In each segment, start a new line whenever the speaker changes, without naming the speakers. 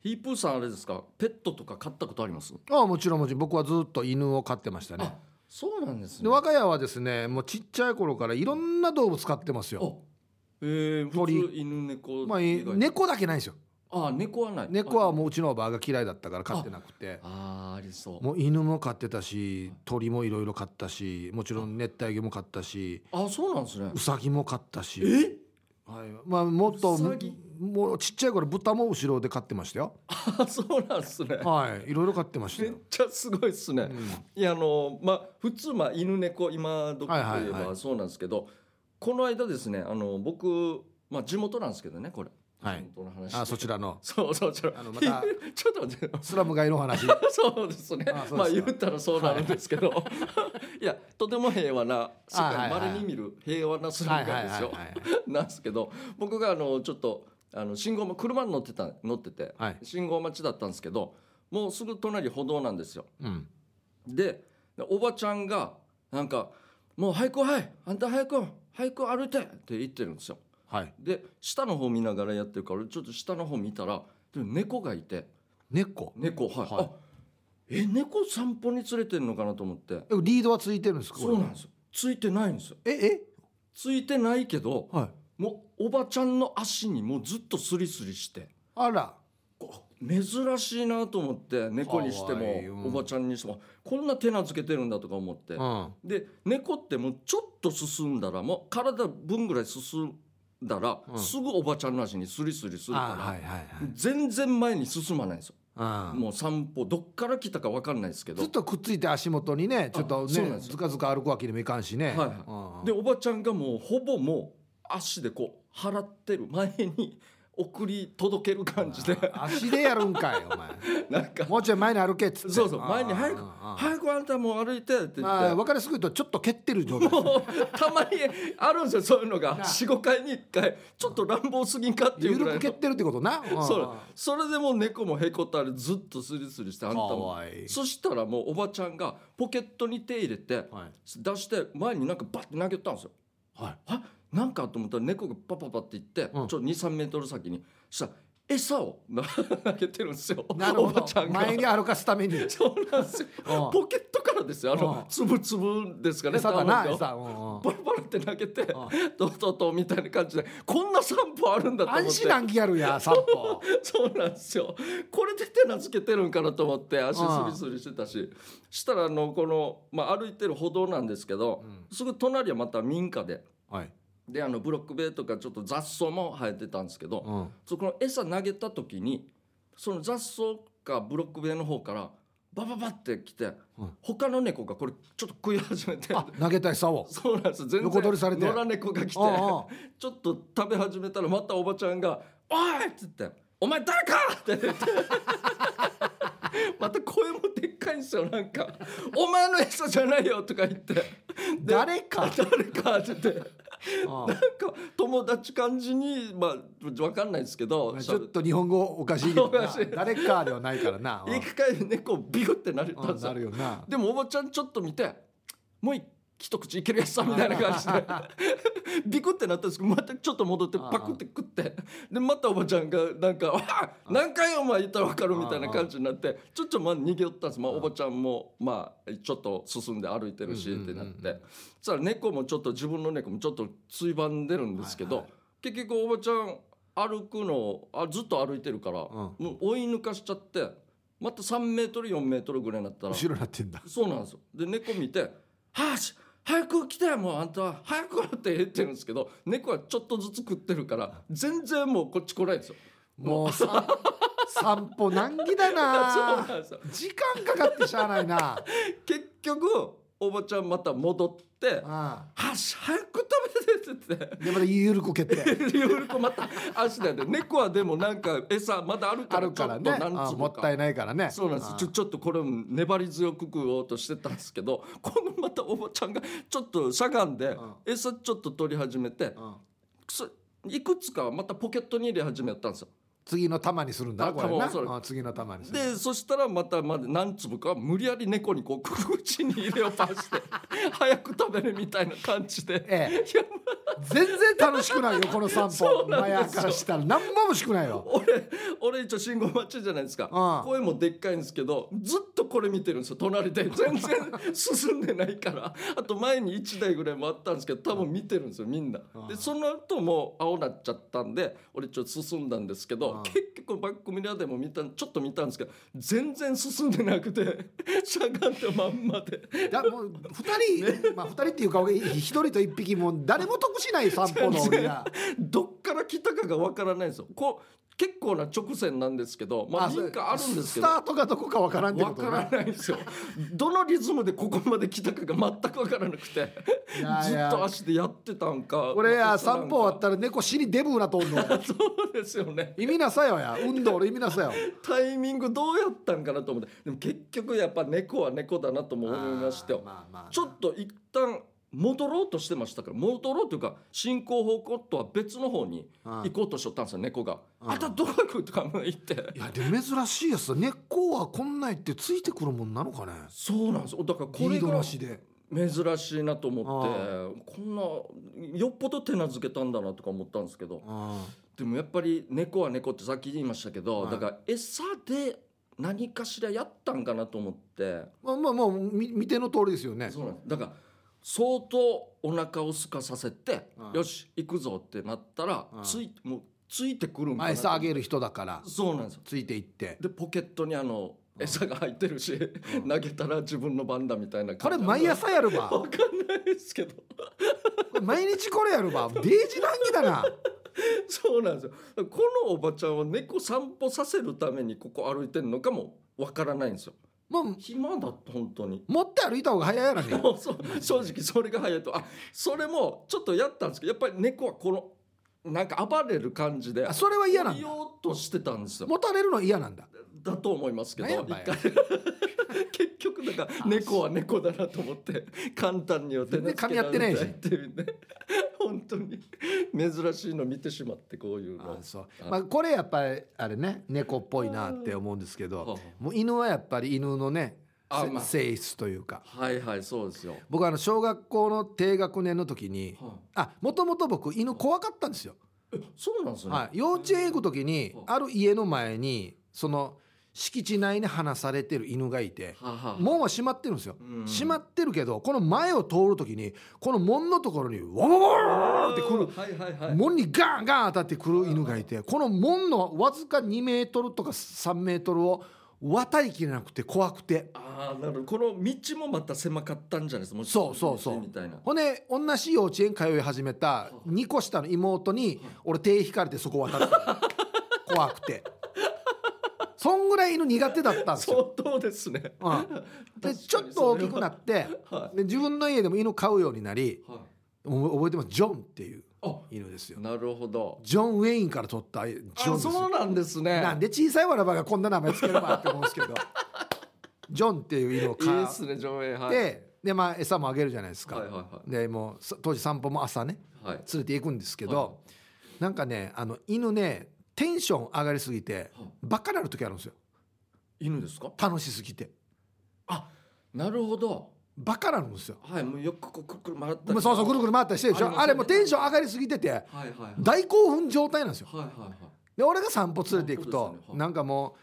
ヒープーさんあれですかペットとか飼ったことあります
ああもちろんもちろん僕はずっと犬を飼ってましたね
あそうなんです
で
ね
我が家はですねもうちっちゃい頃からいろんな動物飼ってますよ
おえー、
鳥
普通犬猫
まあい
以外
猫だけないんですよ
あ猫はない
猫はもううちのおばあが嫌いだったから飼ってなくて
あーありそう
もう犬も飼ってたし鳥もいろいろ飼ったしもちろん熱帯魚も飼ったし
あそうなんですね
ウサギも飼ったし、
え
はい、まあもっと
ウサギ
もうちっちゃい頃豚も後ろで飼ってましたよ
あそうなんですね
はいいろいろ飼ってました
めっ
よ、
ちゃすごいっすね、
うん
いやあのまあ普通まあ犬猫今どこといえ
はいはいは
ば
い
そうなんですけど、この間ですねあの僕まあ地元なんですけどねこれ、
はい
地元の話
あそちらの
そうそうちょ
あのまた
ちょっと待って
スラム街の 話
そうですね
あそうですか
まあ言ったらそうなるんですけど、 い、やとても平和な世
あ
界
はいはい
まれに見る平和なスラム街ですよ、 なんですけど僕があのちょっとあの信号も車に乗ってた乗ってて
はい、
信号待ちだったんですけどもうすぐ隣歩道なんですよ
うん、
ででおばちゃんがなんか「もう早くはいあんた早く早く歩いて」って言ってるんですよ
はい
で下の方見ながらやってるからちょっと下の方見たらで猫がいて
猫
猫はい、
はい
あえ猫散歩に連れてるのかなと思って
でもリードはついてるんですかこ
そ
れ
うなんですよついてないんですよ
ええ
ついてないけど
はい
もうおばちゃんの足にもうずっとスリスリして
あら
こ珍しいなと思って猫にして
かわいい
も
うん
おばちゃんにしてもこんな手なずけてるんだとか思って
うん
で猫ってもうちょっと進んだらもう体分ぐらい進んだら、
うん
すぐおばちゃんの足にスリスリするか
あ
ら、
はいはいはい
全然前に進まないんですよ、
うん
もう散歩どっから来たか分かんないですけど
ずっとくっついて足元にねちょっと
あそうなん
ね
ですよ
ずかずか歩くわけにもいかんしね、
はいはい
うんうん
でおばちゃんがもうほぼもう足でこう払ってる前に送り届ける感じで
あ足でやるんかいお前
なんか
もうちょい前に歩けっつって
そうそう
あー
前に早く
あーあー
早くあんたもう歩いてって言
まあ
って。
分かりやすく言うとちょっと蹴ってる状 態
もうたまにあるんですよそういうのが45回に1回ちょっと乱暴すぎんかっていう
緩
ぐらい
く
の
蹴ってるってことな
そうそれでもう猫もへこたれずっとスリスリしてあん
あ
たも
わいい
そしたらもうおばちゃんがポケットに手入れて
はい
出して前になんかバッて投げたんですよ
はい
あなんかと思ったら猫がパパパって行って、
うん
ちょっと23メートル先にそしたら餌を 投げてるんですよ
なるほ
おばちゃ
ど
んが
前に歩かすために
そうなんですよ
うん
ポケットからですよあ
う
の
ん
つぶつぶですかね
餌
多
だ
分
な
よ
餌うんうん
バラバラって投げてとうとうとうみたいな感じでこんな散歩あるんだと思って
安心暗記やるや散歩
そうなんですよこれで手なずけてるんかなと思って足スリスリしてたししたらあのこの、まあ、歩いてる歩道なんですけど、
うん
すぐ隣はまた民家で
はい
であのブロック塀とかちょっと雑草も生えてたんですけど、
うん
そこの餌投げた時にその雑草かブロック塀の方からバババって来て、
うん
他の猫がこれちょっと食い始めて
あ投げた餌を
そうなんです全然
横取りされて
野良猫が来て。
うんうん
ちょっと食べ始めたらまたおばちゃんが「おい!」って言って「お前誰か!」って言って また声もでっかいんですよなんか「お前の餌じゃないよ」とか言って「で
誰か
誰か!」って言って
うん
なんか友達感じにまあ分かんないですけど
ちょっと日本語おかしいけ
お
ど
か
な
しい
誰かではないから な。うん
一回猫ビクってなれたん
うん
です
な
よ
るよな。
でもおばちゃんちょっと見て「もう一口いけるやつさ」みたいな感じ でビクってなったんですけどまたちょっと戻ってパクって食ってでまたおばちゃんがなんか「あ何回お前言ったら分かる」みたいな感じになってちょっとまあ逃げ寄ったんです、まあ、
うん
おばちゃんもまあちょっと進んで歩いてるし
う
っ
んうんうん
て
うん
なってそしたら猫もちょっと自分の猫もちょっとついばんでるんですけど、
はいは
結局おばちゃん歩くのをあずっと歩いてるから、もう追い抜かしちゃってまた3メートル4メートルぐらいになったら
後ろになってんだ。
そうなんですよで猫見て「はあし早く来てもうあんた早く」って言ってるんですけど猫はちょっとずつ食ってるから全然もうこっち来ないんですよ。
もうさ散歩難儀だ
そうなん
な。
ですよ
時間かかってしゃあないな。
結局おばちゃんまた戻って
あ
「はし早く食べて」って言っ
あでまたゆるく 蹴って。
て。ゆるとまた足なんで猫はでもなんか餌まだあるか
あ
ら
る
ちょ
か
っ
ら
と
ね。
何
ああ
粒
も
か
ったいないからね。
そうなんですちょちょっとこれも粘り強く食おうとしてたんですけど今度またおばちゃんがちょっとしゃがんで
ん
餌ちょっと取り始めて
うん
そいくつかまたポケットに入れ始めたんですよ
次の玉にするんだ
あ
なこれ
玉
な。
をそれ
ああ次の玉にする。
でそしたらまたまだ何粒か無理やり猫にこう口に入れをパして早く食べるみたいな感じで
ええ。全然楽しくないよこの 散
そ
歩
うなん
マ
ですよ
ヤからしたら何も欲しくないよ
俺俺一応信号待ちじゃないですか
ああ
声もでっかいんですけどずっとこれ見てるんですよ隣 で全然進んでないからあと前に1台ぐらいもあったんですけど多分見てるんですよみんな
あ
でその後もう青なっちゃったんで俺ちょっと進んだんですけ
あ
ど
あ
結局バックミラーでも見たちょっと見たんですけど全然進んでなくて しゃがんでまんまで
だもう2人、まあ2人っていうか俺1人と1匹もう誰も得しない散歩の俺が
どっから来たかがわからないんですよこう結構な直線なんですけどまあ
そう
民家あるんですけ
ス
ど
タートがどこかわからんってこ
わ
と
から
ね
ないん ですよどのリズムでここまで来たかが全くわからなくて
いやい
ず
や
っと足でやってたんか
俺や
また
散歩終わったら猫尻デブーなとおんの
なんかそうですよね
意味なさよや運動の意味なさよ
タイミングどうやったんかなと思ってでも結局やっぱ猫は猫だなとも思いまして
あーまあまあ
ちょっと一旦戻ろうとしてましたから戻ろうというか進行方向とは別の方に行こうとしとったんですよ猫が「
うん
あたどこ行く?」とかも言って
いやでも珍しいやつだ根っこはこんなんやってついてくるもんなのかね
そうなんですよだからこ
リ
れ
ード
が
なしで
珍しいなと思ってこんなよっぽど手なずけたんだなとか思ったんですけど
あ
でもやっぱり猫は猫ってさっき言いましたけど、
はい
だから餌で何かしらやったんかなと思って
まあまあまあみ見ての通りですよね
そうなんですだから相当お腹を空かさせて、
うん
よし行くぞってなったら、
うん
ついもうついてくるんかな
前さあげる人だから
そうなんですよ
ついていって
でポケットにあの
うん
餌が入ってるし、
うん
投げたら自分の番だみたいな
これ
感じ
毎朝やるば
わかんないですけど
これ毎日これやるばデージ難儀だな
そうなんですよこのおばちゃんは猫散歩させるためにここ歩いてるのかもわからないんですよ
まあ
暇だった本当に
持って歩いた方が早いやらね
もう そう正直それが早いとあそれもちょっとやったんですけどやっぱり猫はこのなんか暴れる感じで
あそれは嫌なん
降り
だ
ようとしてたんですよ
持たれるの嫌なんだ
だと思いますけど
なんや
一
お前
回 結局なんか猫は猫だなと思って簡単には手なずけられいっていうね 本当に珍しいの見てしまってこういうの
あそうまあこれやっぱりあれね猫っぽいなって思うんですけど
は
もう犬はやっぱり犬のね
あ
せ
まあ
性質というか
あはいはいそうですよ
僕はあの小学校の低学年の時に
は
あもともと僕犬怖かったんですよ、
い、えそうなんですね。
はい、幼稚園行く時に
うん
ある家の前にその敷地内に放されてる犬がいて
はあはあ
門は閉まってるんですよ
うん
閉まってるけどこの前を通る時にこの門のところにワワワーってくる
はいはいはい。
門にガンガン当たってくる犬がいてこの門のわずか2メートルとか3メートルを渡りきれなくて怖くて
ああなるほどこの道もまた狭かったんじゃないですか。も
そうそうそう
みたいな。
ほんで同じ幼稚園通い始めた2個下の妹に俺手引かれてそこ渡って た怖くてそんぐらい犬苦手だったんですよ。
相当ですね。
うん、
確
で
かに
ちょっと大きくなって
それは。はい
で自分の家でも犬飼うようになり
はい。
お覚えてますジョンっていう
あ
犬ですよ。
なるほど。
ジョン・ウェインから取ったジョンですよ
あそうなんですね。
なんで小さいわらばがこんな名前つければって思うんですけ どジョンっていう犬を
いい
飼
で
っ
すね上映はい。
てでまあ餌もあげるじゃないですか、
はいはいはい
でもうさ当時散歩も朝ね
はい。
連れて行くんですけど、
はい
なんかねあの犬ねテンション上がりすぎて
はい
バカなる時あるんですよ
犬ですか。
楽しすぎて
あなるほど。
バカなるんですよ
はいもうよくこうくるくる回った
もうそうそうぐるぐ
る。
る回ったりしてるでし
あります
ょ
よね
あれもうテンション上がりすぎてて
はいはいはい。
大興奮状態なんですよ
はいはいはい。
で俺が散歩連れて行く
そう
と
ですよねはい
なんかもう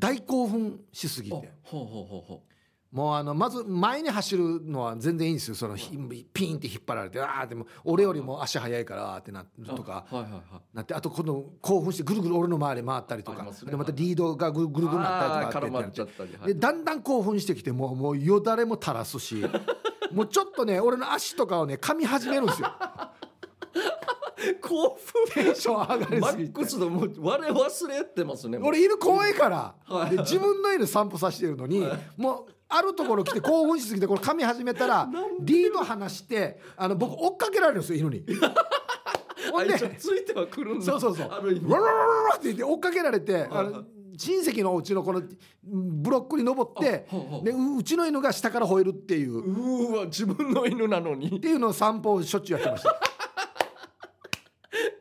大興奮しすぎ
あ
て
ほうほうほうほ
もうあのまず前に走るのは全然いいんですよそのひピンって引っ張られてああでも俺よりも足速いからあーってなる
う。
とか
あはいはいはい。
なってあとこの興奮してぐるぐる俺の周り回ったりと
あ
か
りますね
でまたリードがぐるぐるぐるなったりとか
あー絡ま
あ
っ
って
ち
っ
ゃ
て
ったり。は
で
い
だんだん興奮してきてもうもうよだれも垂らすしもうちょっとね俺の足とかをね噛み始める んですよ
興奮。
テンション上がり
マ
すぎ
ッ
て
クスのもう我忘れてますね。もう
俺犬怖いから
はい
で自分の犬散歩させてるのにもうあるところ来て興奮しすぎてこれ噛み始めたらリード離してあの僕追っかけられるんですよ 犬にほんで
あ一応ついてはくるんだ
そうそうそう
ある意味
わわわわわって言って追っかけられてあの親戚のお家のこのブロックに登って
あほうほう
でううちの犬が下から吠えるっていうっ
うーわ自分の犬なのに
ていうのを散歩をしょっちゅうやってました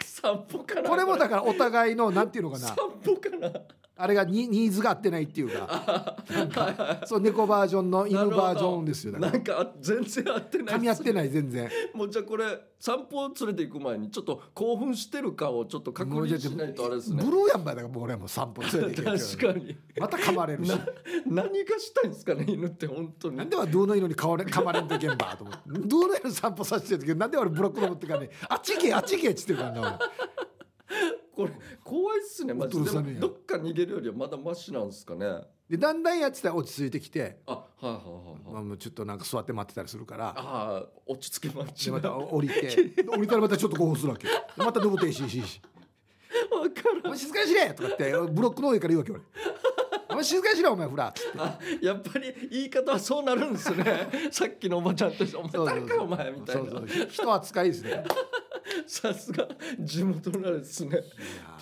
散歩かな
これもだからお互いのなんていうのかな
散歩かな
あれがニニーズが合ってないっていうかなんかそう猫バージョンの犬バージョンですよだ
な
か
んかあ全然合って
ら
ない
噛み合ってない全然
もうじゃあこれ散歩連れて行く前にちょっと興奮してるかをちょっと確認しないとあれですね
ブルーやんばいだからもう俺はもう散歩連れて
確
行け
かに
また噛まれるし
な何がしたいんですかね犬って本当に
なんではどうの犬に噛まれ噛まれんといけんばと思ってどうの犬散歩させてるけどなんで俺ブロックの持ってかねあっち行けあっち行けっつってるからな
これ怖いっすねマジ
お
で
父さん
で
や
もどっか逃げるよりはまだマシなんですかね
俺でだんだんやってたら落ち着いてきて、
あはいはいはい
ま
はい
あ、もうちょっとなんか座って待ってたりするから
ああ落ち着きま
で
ち
ま
ま
た
わ
降りて降りたらまたちょっと興奮するわけまた登っていいしいいしいいし
からん
お前静かにしれとかってブロックの上から言うわけ俺お前静かにしれお前フラっつって
あやっぱり言い方はそうなるんです ねさっきのおばちゃんとして「お前
そうそう
誰かお前」みたいな
そうそう人扱いですね
さすが地元なれですね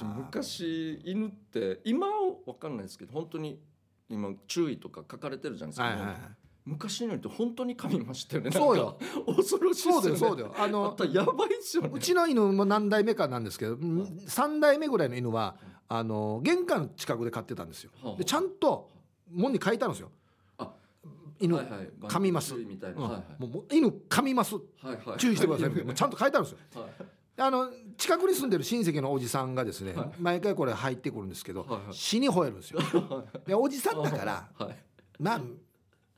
昔犬って今は分かんないですけど本当に今注意とか書かれてるじゃないですか、
はいはいはい
昔の犬って本当に噛みましたよね
そうよ
なんか恐ろしい
そうだよ
です
そう
よね
だよあ
あ
の
とやばいっすよね
うちの犬も何代目かなんですけどうん三代目ぐらいの犬はあの玄関の近くで飼ってたんですよ
はあはあ
でちゃんと門に書いたんですよ
あ
犬
はいはい
噛みます
注意みたいな、
う
は
ん
い
もうもう犬噛みます
はいはいはい
注意してくださいみたいなもうちゃんと書いてあるんですよ
はい
あの近くに住んでる親戚のおじさんがですね、
はい
毎回これ入ってくるんですけど、
はいはい
死に吠えるんですよ。でおじさんだ から
はい
まあ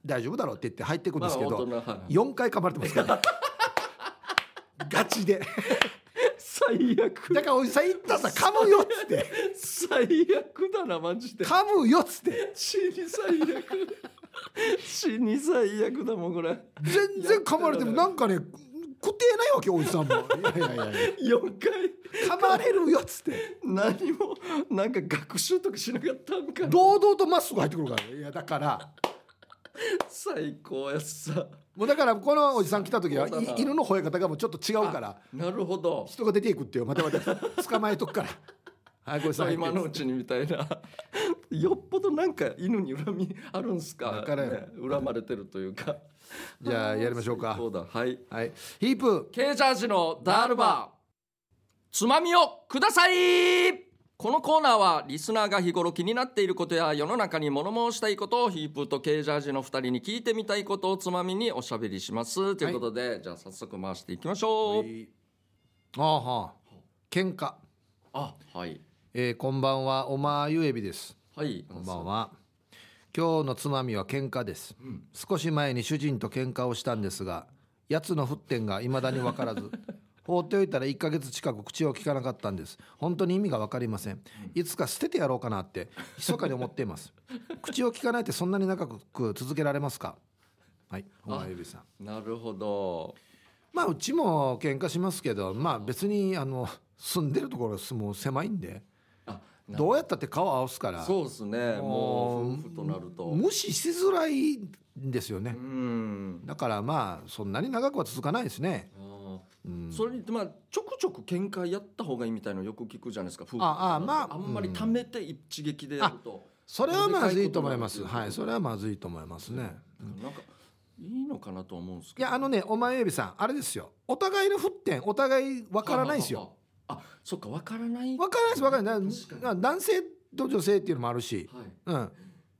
大丈夫だろうって言って入ってくるんですけ
まあ
ど、
大人はい
4回噛まれてま すから、ガチで
最悪
だからおじさん言ったさ噛むよっつって
最悪だなマジで
噛むよっつって
死に最悪死に最悪だもんこれ
全然噛まれてもなんかね食ってないわけおじさんもいやいやいやいや
4回
噛まれるよっつって
何もなんか学習とかしなかったんかな
堂々とまっすぐ入ってくるからねいやだから
最高やっさ
もうだからこのおじさん来た時はい
そうだな
犬の吠え方がもうちょっと違うから。
なるほど
人が出ていくってよまたまた捕まえとく からはいこれ
さ
さ
あ今のう
う
ちにみたいなよっぽどなんか犬に恨みあるんすか
だからよ
ね恨まれてるというか
じゃあやりましょうか
そうだはい
はいヒープ
ケージャージのダールバーつまみをくださいこのコーナーはリスナーが日頃気になっていることや世の中に物申したいことをヒープーとケージャージの2人に聞いてみたいことをつまみにおしゃべりしますということで、じゃあ早速回していきましょう、
ああはあ喧嘩
あはい
えーこんばんはおまゆえびです
はい
こんばんは今日のつまみは喧嘩です、少し前に主人と喧嘩をしたんですがやつの沸点が未だに分から ず放っておいたら1ヶ月近く口を聞かなかったんです本当に意味が分かりませんいつか捨ててやろうかなって密かに思っています 口を聞かないってそんなに長く続けられますかはいお前指さん
なるほど
まあうちも喧嘩しますけどまあ別にあの住んでるところはもう狭いんで
あな
どうやったって顔合わすから
そうですねもう
もう
夫婦となると
無視しづらいんですよね
う、ん
だからまあそんなに長くは続かないですね
あーそれにまあちょくちょく喧嘩やった方がいいみたいのよく聞くじゃないですか夫婦
ああまあ
あんまり溜めて一撃でやると、
それはまずいと思います
でかいことになる
はいそれはまずいと思いますね
なんかいいのかなと思うんです
い
けど
やあのねお前指さんあれですよお互いの沸点お互いわからないですよ
あそっかわからない
わからないですわからないな
確か
な男性と女性っていうのもあるし
にはい
うん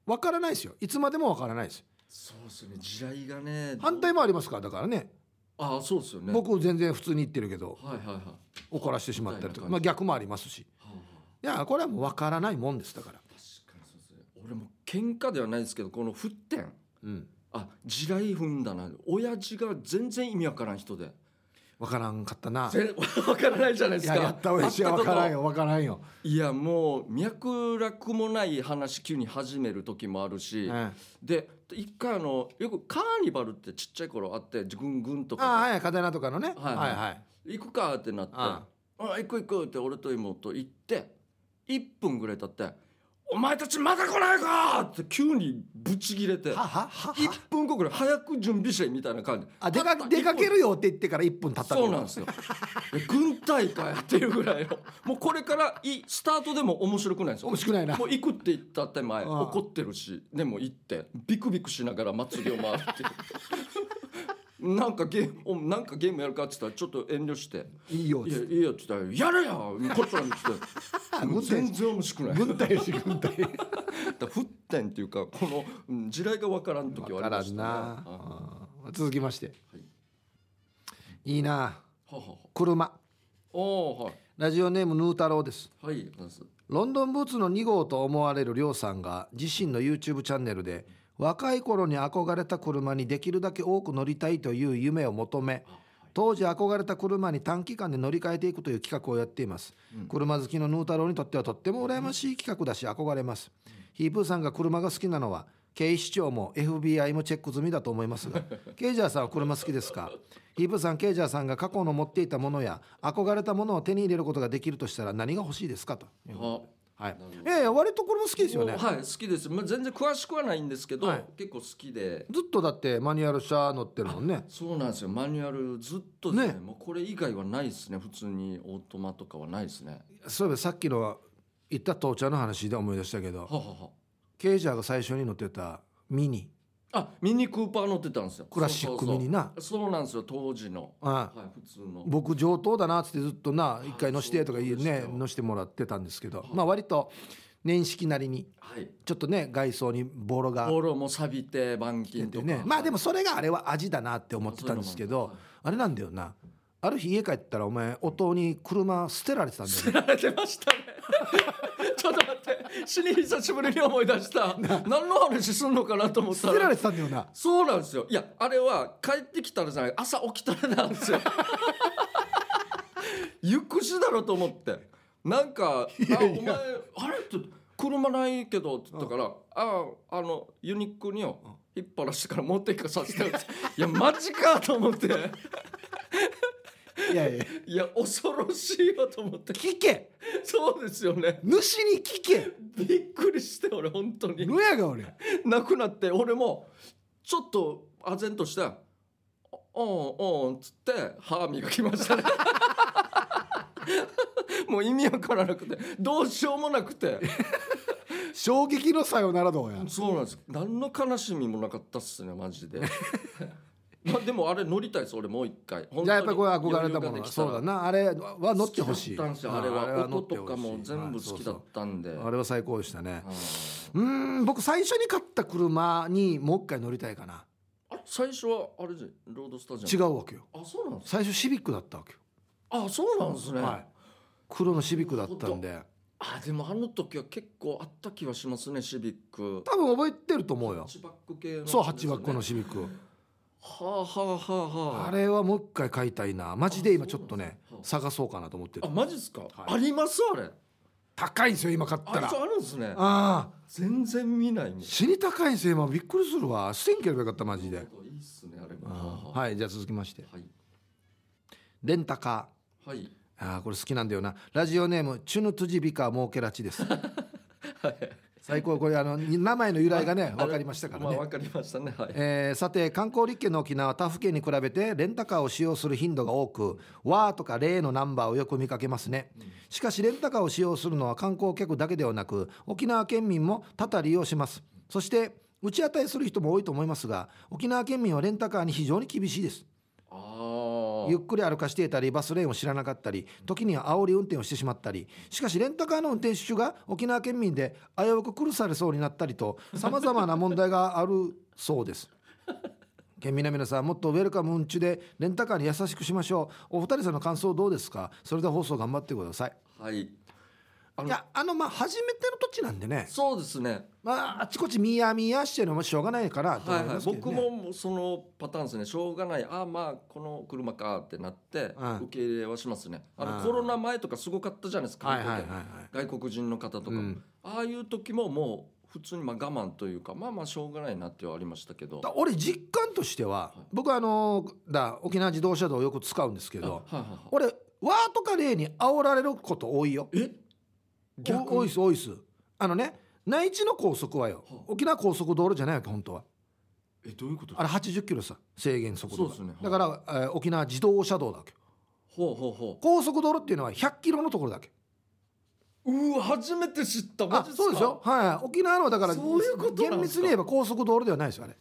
わからないですよいつまでもわからないです
そうですよね地雷がね
反対もありますからだからね
ああそうですよね
僕全然普通に言ってるけど
はいはいはいは
怒らしてしまったりとか、
はい
まあ、逆もありますし
あはあ
いやこれはもうわからないもんですだから
確かにそうですね俺も喧嘩ではないですけどこの沸点
うん
あ地雷踏んだな親父が全然意味わからん人で
わからんかったな
全わからないじゃない
い
です
や
か
やったわしはわからんよわからんよ、
いやもう脈絡もない話急に始める時もあるし、
うん
で一回あのよくカーニバルってちっちゃい頃あってぐんぐんと
ああ
か
はい刀とかのねは
はいい
は
はいい行くかってなって「
あ
あ行く行く」って俺と妹行って1分ぐらい経って「お前たちまだ来ないか!」って急にブチ切れて
はははは
1分後ぐらい早く準備してみたいな感じ
あ出か
たった
出かけ
一分
るよって言ってから1分経った
そうなんです よいや軍隊かやっていうぐらいのもうこれからいスタートでも面白くないんですよ
面白くないな
もう行くって言った手前
うん
怒ってるしでも行ってビクビクしながら祭りを回るっていう なんかゲームおなんかゲームやるかって言ったらちょっと遠慮して
いいよ
いやいいよって言ったらやれやこっちらに来 てもう全然面白くない
軍隊し軍隊
だ沸点っていうかこのうん地雷がわからん時はあ
か
りま
ら
し
ん
たね
な
あは
うん続きまして、い、いな
あはあはあ
車
おーはい
ラジオネームヌー太郎です
はいなんす
ロンドンブーツの2号と思われるりょうさんが自身の YouTube チャンネルで若い頃に憧れた車にできるだけ多く乗りたいという夢を求め当時憧れた車に短期間で乗り換えていくという企画をやっています、車好きのヌー太郎にとってはとっても羨ましい企画だし憧れます、ヒープーさんが車が好きなのは警視庁も FBI もチェック済みだと思いますがケイジャーさんは車好きですかヒープーさんケイジャーさんが過去の持っていたものや憧れたものを手に入れることができるとしたら何が欲しいですかという
は
はい。いやいや割とこれも好きですよね。
はい好きです、まあ、全然詳しくはないんですけど、
はい
結構好きで
ずっとだってマニュアル車乗ってるもんね。
そうなんですよマニュアルずっとですね
ね
もうこれ以外はないですね普通にオートマとかはないですね
そういえばさっきの言った父ちゃんの話で思い出したけど、
ははは
ケイジャーが最初に乗ってたミニ。
あミニクーパー乗ってたんですよ
クラシックミニな
そうそうそうそうなんですよ当時の
ああ
はい普通の
僕上等だなっつってずっとな一回乗してとか言う
そうで
ね
したよ
乗してもらってたんですけど、まあ割と年式なりに
はい
ちょっとね外装にボロが
ボロも錆びて板金と
で
か、
ねまあ でもそれがあれは味だなって思ってたんですけどあれなんだよなある日家帰ったらお前弟に車捨てられてた んだよ
捨て
ね
られてましたねちょっと待って死に久しぶりに思い出した何の話すんのかなと思った
捨てら
ら
れてたんだよな
そうなんですよいやあれは帰ってきたらじゃない朝起きたらなんですよ ゆっくしだろと思ってなんか「あお前あれ?」って車ないけど」って言ったから「ああのユニックにを引っ張らしてから持っていかさせてよ」っていやマジかと思って
いやいや
いや恐ろしいわと思って
聞け
そうですよね
主に聞け
びっくりして俺本当に
のやが俺
なくなって俺もちょっと唖然として「おんおん」っつって歯磨きましたね もう意味わからなくてどうしようもなくて
衝撃のさよならどうや
そうなんです何の悲しみもなかったっすねマジで まあでもあれ乗りたいです俺もう一回
じゃあやっぱりこれ憧れたも
本当に余裕がで
の
きら
そうだなあれは乗ってほし
好
い
きだったんですよあれ
あれ
は
は乗
音
って
と
ほしい
かも全部好きだったんで
あれは最高でしたね
うん
うーん僕最初に買った車にもう一回乗りたいかな
あれ最初はあれじゃんロードスター
違
じゃん違う
うわけよ
あそうなんです
最初シビックだったわけよ
あそうなんですね、
はい黒のシビックだったんで
あでもあの時は結構あった気はしますねシビック
多分覚えてると思うよ
ハッチバック系の、
そうハッチバックの
は
シビック
あはあはあはあ
あれはもう一回買いたいなマジで今ちょっとね
あそうなんです
探そうかなと思ってる
あマジっすか、
い
ありますあれ
高いんですよ今買っ
あ
たら
そうあるんですね
ああ
全然見ないもんい
死に高いんすよ今びっくりするわ捨てんければよかったマジで
いっすねあれ
あ
は
ーはいじゃあ続きまして
はい
レンタカ
はい
ーあーこれ好きなんだよなラジオネームチュヌトゥジビカモーケラチです最高これあのに名前の由来がね分かりましたから
まあ
ね
分かりましたねはい
えーさて観光立県の沖縄は他府県に比べてレンタカーを使用する頻度が多く「わ」とか「れ」のナンバーをよく見かけますねしかしレンタカーを使用するのは観光客だけではなく沖縄県民も多々利用しますそして打ち当たりする人も多いと思いますが沖縄県民はレンタカーに非常に厳しいです
あ
ゆっ
ー
くり歩かしていたりバスレーンを知らなかったり時には煽り運転をしてしまったりしかしレンタカーの運転手が沖縄県民で危うく苦されそうになったりとさまざまな問題があるそうです。県民の皆さんもっとウェルカム運中でレンタカーに優しくしましょうお二人さんの感想どうですかそれでは放送頑張ってください
はいあの
いやあのまあ初めての土地なんでね
そうですね
まああちこちミヤミヤしてるのもしょうがないからと
はい
思い
はい
ますけど、ね
僕もそのパターンですねしょうがないああまあこの車かってなって
うん
受け入れはしますねあ
うん
のコロナ前とかすごかったじゃないですか、
はいはいはいはい
外国人の方とかも、
うん
ああいう時ももう普通にまあ我慢というかまあまあしょうがないなってはありましたけど
だ俺実感としては、僕はあのだ沖縄自動車道をよく使うんですけ
あは
ど
いはいはい
俺わーとか例に煽られること多いよ
え逆に
お多いっす多いっすあのね内地の高速はよ
はあ
沖縄高速道路じゃないわけ本当は
えどういうこと
あれ80キロさ制限速度が
そうっすねはい
だから、えー沖縄自動車道だわけ
ほうほうほ
高速道路っていうのは100キロのところだわけ
ううわ初めて知ったマ
あ
ジっすか
そうですよはい沖縄のだから
そういうことなんすか
厳密に言えば高速道路ではないですよあれ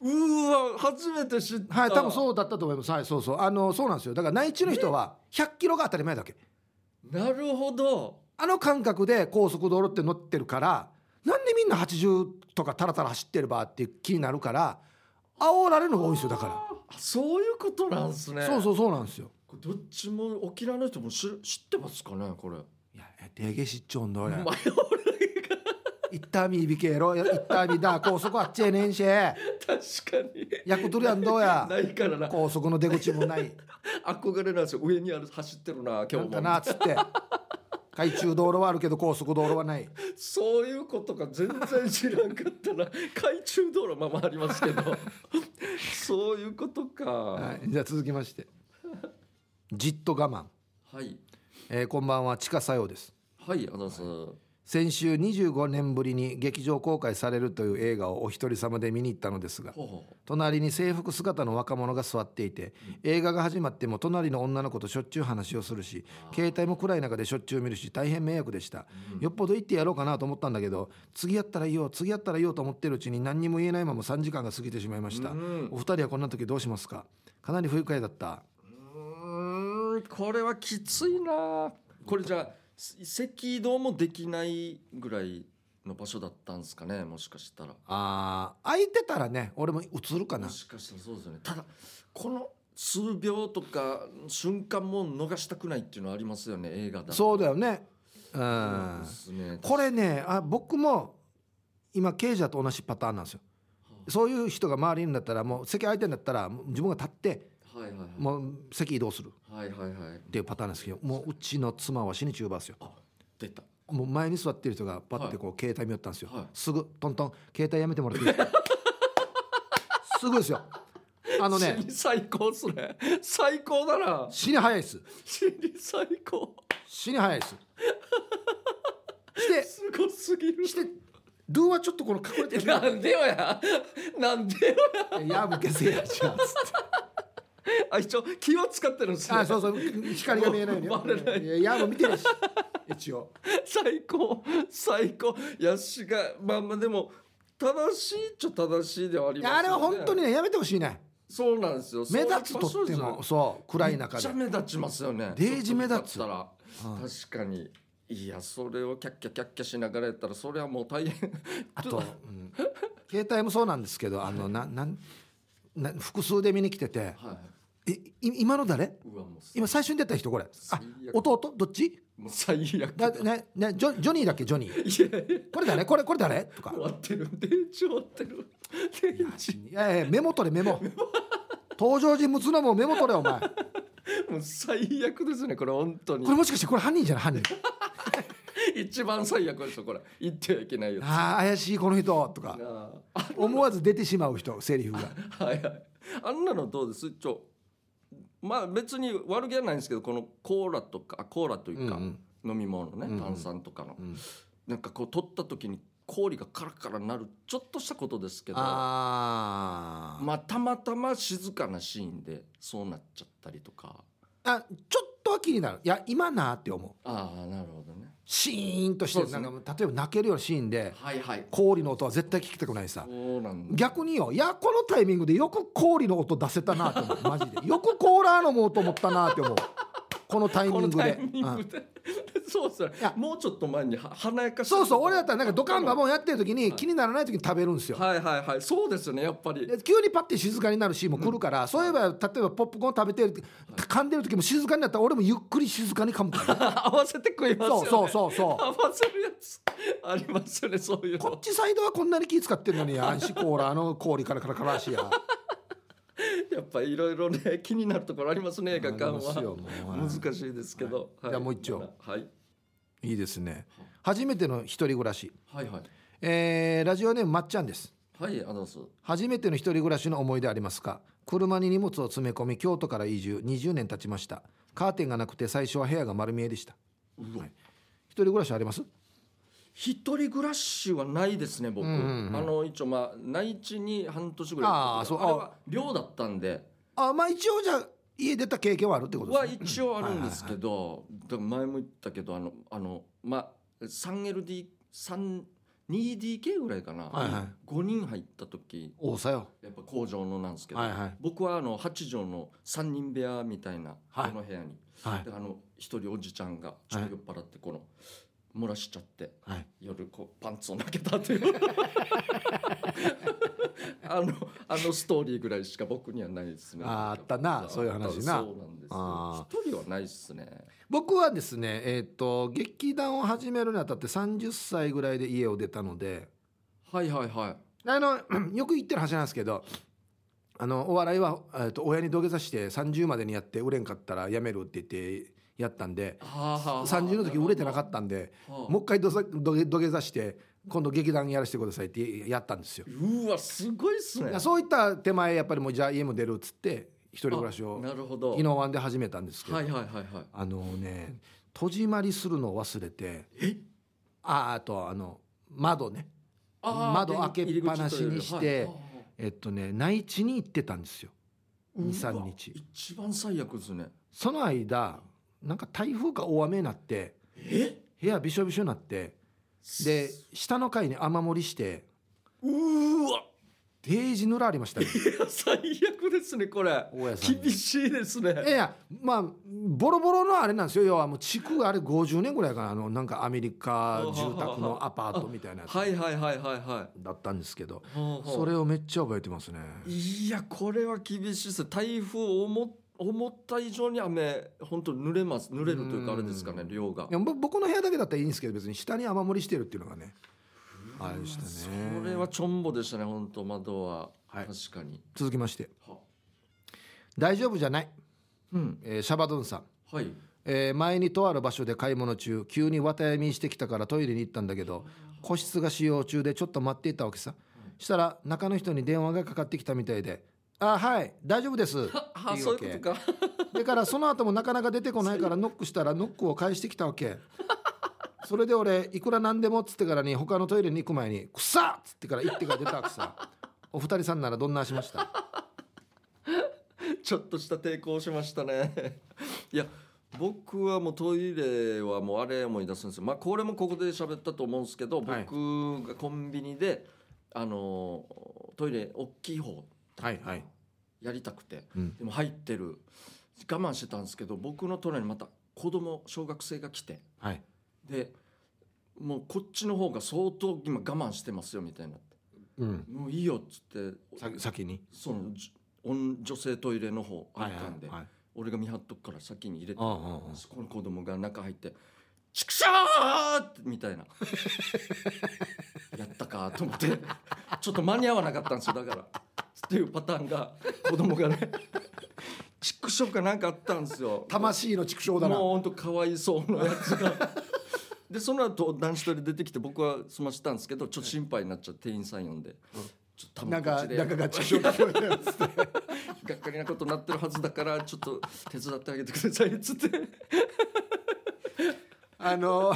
ううーわ初めて知った
はい多分
う
そうだったと思いますはいそうそうあのそうなんですよだから内地の人は100キロが当たり前だけ
なるほど
あの感覚で高速道路って乗ってるからなんでみんな80とかタラタラ走ってればっていう気になるから煽られるのが多いんですよだか
あそういうことなんですね
らそうそうそうなんですよ
これどっちも沖縄の人も知る知ってますかねこれ
いや定義失調んだ俺
迷う
行ったみいびけえろ行ったみだ高速あっちえねんし
確かに
ヤクトリアンどうや
ないからな
高速の出口もない
憧れなんですよ上にある走ってるな
な
今
ん
日
か
も
なっつって海中道路はあるけど高速道路はない
そういうことか全然知らんかった な海中道路まあまあありますけどそういうことかは
はい、じゃあ続きましてじっと我慢、
いはい、
えーこんばんは地下作用です
アナウンサー
先週25年ぶりに劇場公開されるという映画をお一人様で見に行ったのですが
ほうほう
隣に制服姿の若者が座っていて映画が始まっても隣の女の子としょっちゅう話をするし携帯も暗い中でしょっちゅう見るし大変迷惑でしたよっぽど行ってやろうかなと思ったんだけど次やったらいいよ次やったらいいよと思ってるうちに何にも言えないまま3時間が過ぎてしまいました
うん
お二人はこんな時どうしますかかなり不愉快だった
うーんこれはきついなこれじゃあせ赤道もできないぐらいの場所だったんですかねもしかしたら
あー空いてたらね俺も映るかな
もしかしたらそうですよねただこの数秒とか瞬間も逃したくないっていうのはありますよね映画だと
そうだよねう
そうんですね
これねあ僕も今ケイジャーと同じパターンなんですよそういう人が周りにいるんだったらもう席空いてんだったらもう自分が立って
はいはいはい
もう席移動する
はいはいはい
っていうパターンなんですけどもううちの妻は死に中バーですよ
あ出た
もう前に座ってる人がパッてこう携帯見よったんですよ、
はい
すぐトントン携帯やめてもらっていいですか すぐですよあのね
死に最高っすね最高だな
死に早いです
死に最高
死に早 いですして
すごすぎる
してルーはちょっとこの隠れてる
なんでよやなんでよや
やぶけせやじゃんつって
あ一応気を使ってるんですね
あそうそう光が見えないね
もうバレない
いやいやもう見てるし一応
最高最高いやしがまあまあでも正しいっちゃ正しいではあり
い
ます
やあれは本当に
ね
ねやめてほしいね
そうなんですよ
目立つとってもそう暗い中
めっち
で
ゃ目立ちますよね
デージ目立つ
ちょっとだったら、
うん
確かにいやそれをキャッキャキャッキャしながらやったらそれはもう大変
あと、うん携帯もそうなんですけどあのななんな複数で見に来てて
は
「えい今の誰
い、うわもう
今最初に出た人これあ
最悪
弟どっち
もう最悪
だ
だ
ねねジョジョニーだっけジョニー
いやいや
これ誰これこれ誰?」とか
終わってる電池終わってる電池
「いやいやメモ取れメモ」登場人物のもメモ取れお前こ
もう最悪ですねこれ本当に
れもしかしてこれ犯人じゃない犯人
一番最悪ですよこれ言ってはいけないよ
ああ怪しいこの人とか
なあ
思わず出てしまう人セリフが
はいはい。あんなのどうですちょまあ別に悪気はないんですけどこのコーラとかあコーラというか、
うん
飲み物ね
うんうん
炭酸とかの、
うん
なんかこう取った時に氷がカラカラなるちょっとしたことですけど
あー
まあたまたま静かなシーンでそうなっちゃったりとか
あちょっとは気になるいや今なって思う
ああなるほどね
シーンとして
そう
る
です
な
ね
んか例えば泣けるようなシーンで
はいはい
氷の音は絶対聞きたくないさ
そうなんだ
逆によいやこのタイミングでよく氷の音出せたなって思うマジでよくコーラー飲もうと思ったなって思うこのタイミ
こ
ン
の
グ
タ
で
イミン
う
グ
ん
で そうっすね
いや
もうちょっと前には華やかし
そうそう俺だったらなんかドカンバ
ン
ボンやってる時に気にならない時に食べるんですよ
はいはいはいそうですよねやっぱり
で急にパッて静かになるシーンも来るから、そういえば例えばポップコーン食べてる時噛んでる時も静かになったら俺もゆっくり静かに噛むから
合わせて食いますよ
そう
ね
そうそうそう
合わせるやつありますよねそういう
こっ
の
ちサイドはこんなに気使ってるのにアンシコーラあの氷からからからしや
やっぱいろいろね気になるところありますね映画館
ありますよ
は
もう
難しいですけど、
はいじゃあもう一丁
はい
いいですね初めての一人暮らし、
はいはい
えーラジオネームまっちゃんです
はいアナウンス
初めての一人暮らしの思い出ありますか車に荷物を詰め込み京都から移住20年経ちましたカーテンがなくて最初は部屋が丸見えでした
うわ
一人暮らしあります
一人暮らしはないですね僕、
うんうんうん
あの一応まあ内地に半年ぐらい
あーそう
あれは寮だったんで
あまあ一応じゃあ家出た経験はあるってことです
は
ね
一応あるんですけど、だから前も言ったけどあのあのまあ 3LD3 2DK ぐらいかな、
はいはい
5人入った時
多さよ
やっぱ工場のなんですけど、
はいはい
僕はあの8畳の3人部屋みたいな
はい
この部屋に、
はい
であの一人おじちゃんがちょっと酔っ払ってこの漏らしちゃって
はい
夜こうパンツを投げたという あのあのストーリーぐらいしか僕にはないですね
あーあったなそういう話な
そうなんです
あ
よ一人はないですね
僕はですねえっ、と劇団を始めるにあたって30歳ぐらいで家を出たので
はいはいはい
あの よく言ってる話なんですけどあのお笑いは、えっと親に土下座して30までにやって売れんかったら辞めるって言ってやったんで30
30
の時売れてなかったんでもう一回土下土下土下座して今度劇団やらせてくださいってやったんですよ。
うわすごいっす
いや
ね
そういった手前やっぱりもうじゃあ家も出るっつって一人暮らし
あ
を
なるほど
宜野湾で始めたんですけど、
はいはいはいはい
あのね戸締まりするのを忘れて
え
ああとあの窓ね
あー
窓開けっぱなしにして
入り口というよりは
えっとね内地に行ってたんですよ
い
23
うわ
日
一番最悪ですね
その間なんか台風か大雨になって
え
部屋びしょびしょになってで下の階に雨漏りして
うーわ
定時ぬらありまし たね
いや最悪ですねこれ
大家さんに
厳しいですね
いやいやまあボロボロのあれなんですよ要はもう築あれ50年ぐらいかなあのなんかアメリカ住宅のアパートみたいなやつ
はいはいはいはいは
だったんですけど
いほうほう
それをめっちゃ覚えてますね
いやこれは厳しいです台風思思った以上に雨本当濡れます濡れるというか
う
あれ
ん
ですかね量が
いやぼ僕の部屋だけだったらいいんですけど別に下に雨漏りしてるっていうのがねあれでしたね
これはちょんぼでしたね本当窓は、
はい
確かに
続きまして
は
「大丈夫じゃない
うん」
えーシャバドゥンさん、
はい
えー前にとある場所で買い物中急に綿やみしてきたからトイレに行ったんだけど個室が使用中でちょっと待っていたわけさしたら中の人に電話がかかってきたみたいで「あはい大丈夫です」って
ああ
言
そうう
わ
いう
け
ことか
だからその後もなかなか出てこないからノックしたらノックを返してきたわけ それで俺いくらなんでもっつってからに他のトイレに行く前に「くさっ!」つってから行ってから出たわけさお二人さんならどんなしました
ちょっとした抵抗をしましたね いや僕はもうトイレはもうあれ思い出すんですよまあこれもここで喋ったと思うんですけど
はい
僕がコンビニであのトイレ大きい方
はいはい
やりたくて
うん
でも入ってる我慢してたんですけど僕の隣にまた子供小学生が来て
はい
でもうこっちの方が相当今我慢してますよみたいになって
うん
もういいよっつって
先先に
そのじ女女性トイレの方あったんで、
はいはい
俺が見張っとくから先に入れて
ああああああ
そこの子供が中入って「ちくしょう!」みたいなやったかと思ってちょっと間に合わなかったんですよだからっていうパターンが子供がね「ちくしょう」かなんかあったんですよ。
魂の畜生だ
も
な
うほんとかわいそうなやつがでその後男子トイレ出てきて僕は済ましたんですけどちょっと心配になっちゃって店員さん呼んで、ちょっと多
なん
分こっ
か
ちで
中が畜生だっつって
がっかりなことになってるはずだからちょっと手伝ってあげてくださいっつって
あの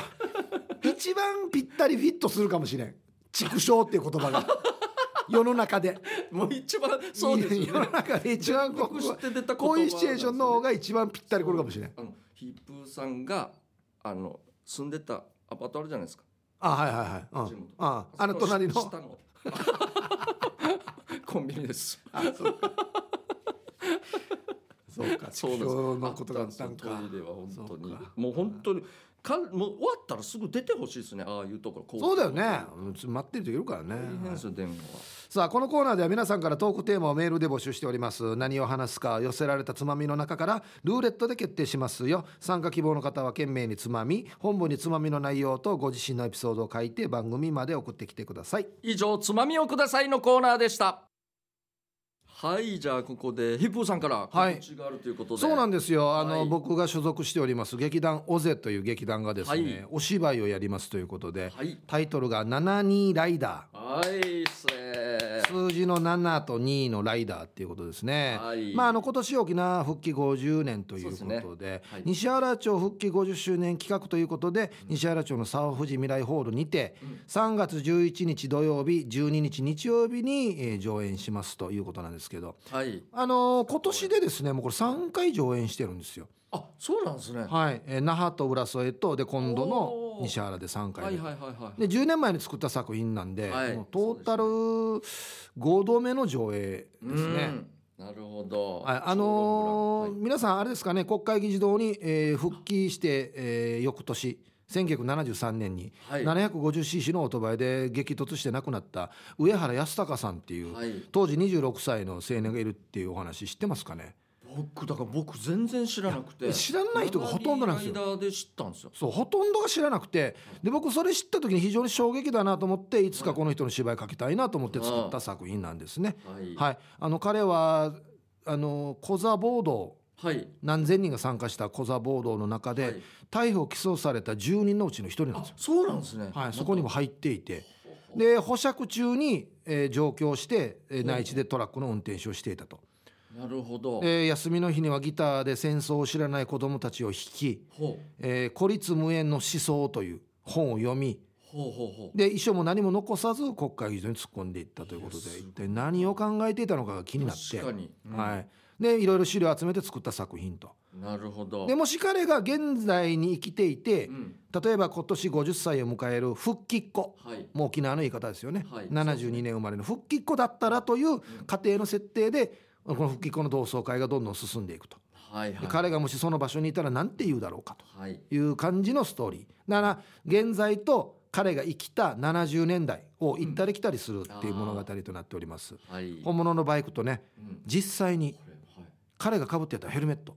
一番ぴったりフィットするかもしれん畜生っていう言葉が 世の中で
もう一番そうです
世
よ
の
ね
中で一番こ
僕知って出た言葉
こういうシチュエーションの方が一番ぴったりくるかもしれない
あのヒップーさんがあの住んでたアパートあるじゃないですか
あはいはいはい、
地
うん
元、
ああの隣の
下の コンビニです
そうか
そうなん
畜
です
生のことがあった
ん
ん
です
か
よトイレは本当
そう
に
か
もう本当にかもう終わったらすぐ出てほしいですねああいうところこ
そうだよねうん待ってる人いるからね
大変ですよ電話
さあこのコーナーでは皆さんからトークテーマをメールで募集しております何を話すか寄せられたつまみの中からルーレットで決定しますよ参加希望の方は懸命につまみ本部につまみの内容とご自身のエピソードを書いて番組まで送ってきてください
以上つまみをくださいのコーナーでしたはいじゃあここでヒップーさんから
はい
告知があるということで、
そうなんですよあ
は
の、
い
僕が所属しております劇団オゼという劇団がですね、
はい
お芝居をやりますということで、
はい
タイトルが「72ライダー」
はいっすね
数字の7と2のライダーっていうことですね、
はい
まああの今年沖縄復帰50年というこ
そ
と
う
で
ですはい
西原町復帰50周年企画ということで、西原町の沢富士未来ホールにて、3月11日土曜日12日日曜日に、えー上演しますということなんですけど
はい
あのー今年でですねもうこれ3回上演してるんですよ
あそうなんですね
はい、えー那覇と浦添とで今度の
おー
西原で3回目、
はいはいはいはい
で10年前に作った作品なんで、
はい
もうトータル合同目の上映ですね。
うんなるほど
はいあの
は
ー
い
皆さんあれですかね国会議事堂に、えー復帰して、えー翌年1973年に
はい
750cc のオートバイで激突して亡くなった上原康隆さんっていう、
はい
当時26歳の青年がいるっていうお話知ってますかね
僕だから僕全然知らなくて
知らない人がほとんどなんですよ
ラリーライダーで知ったんですよ
そうほとんどが知らなくてで僕それ知った時に非常に衝撃だなと思っていつかこの人の芝居描きたいなと思って作った作品なんですね。
はい
はい、あの彼はあのコザ暴動
はい
何千人が参加したコザ暴動の中で、
はい
逮捕・起訴された10人のうちの1人なん
あ
ですよ。
そうなんですね
はい、そこにも入っていて
ほうほう
で保釈中に、えー上京して、え
ほ
ー
う
内地でトラックの運転手をしていたと、
なるほど
えー休みの日にはギターで戦争を知らない子どもたちを弾き
ほう
「えー孤立無縁の思想」という本を読み
ほうほうほう
で遺書も何も残さず国会議事堂に突っ込んでいったということ
いや
です
ごい
一体何を考えていたのかが気になって
確かにうん
はい、でいろいろ資料を集めて作った作品と。
なるほど
でもし彼が現在に生きていて、
うん
例えば今年50歳を迎える復帰っ子
はい
もう沖縄の言い方ですよね、
はい
72年生まれの復帰っ子だったらという家庭の設定でこの復帰っ子の同窓会がどんどん進んでいくと、
はいは
で
い
彼がもしその場所にいたら何て言うだろうか
はい
という感じのストーリーだから現在と彼が生きた70年代を行ったり来たりするっていう物語となっております、
はいうん
本物のバイクとね
こ
実際に
れはい
彼が被ってたヘルメット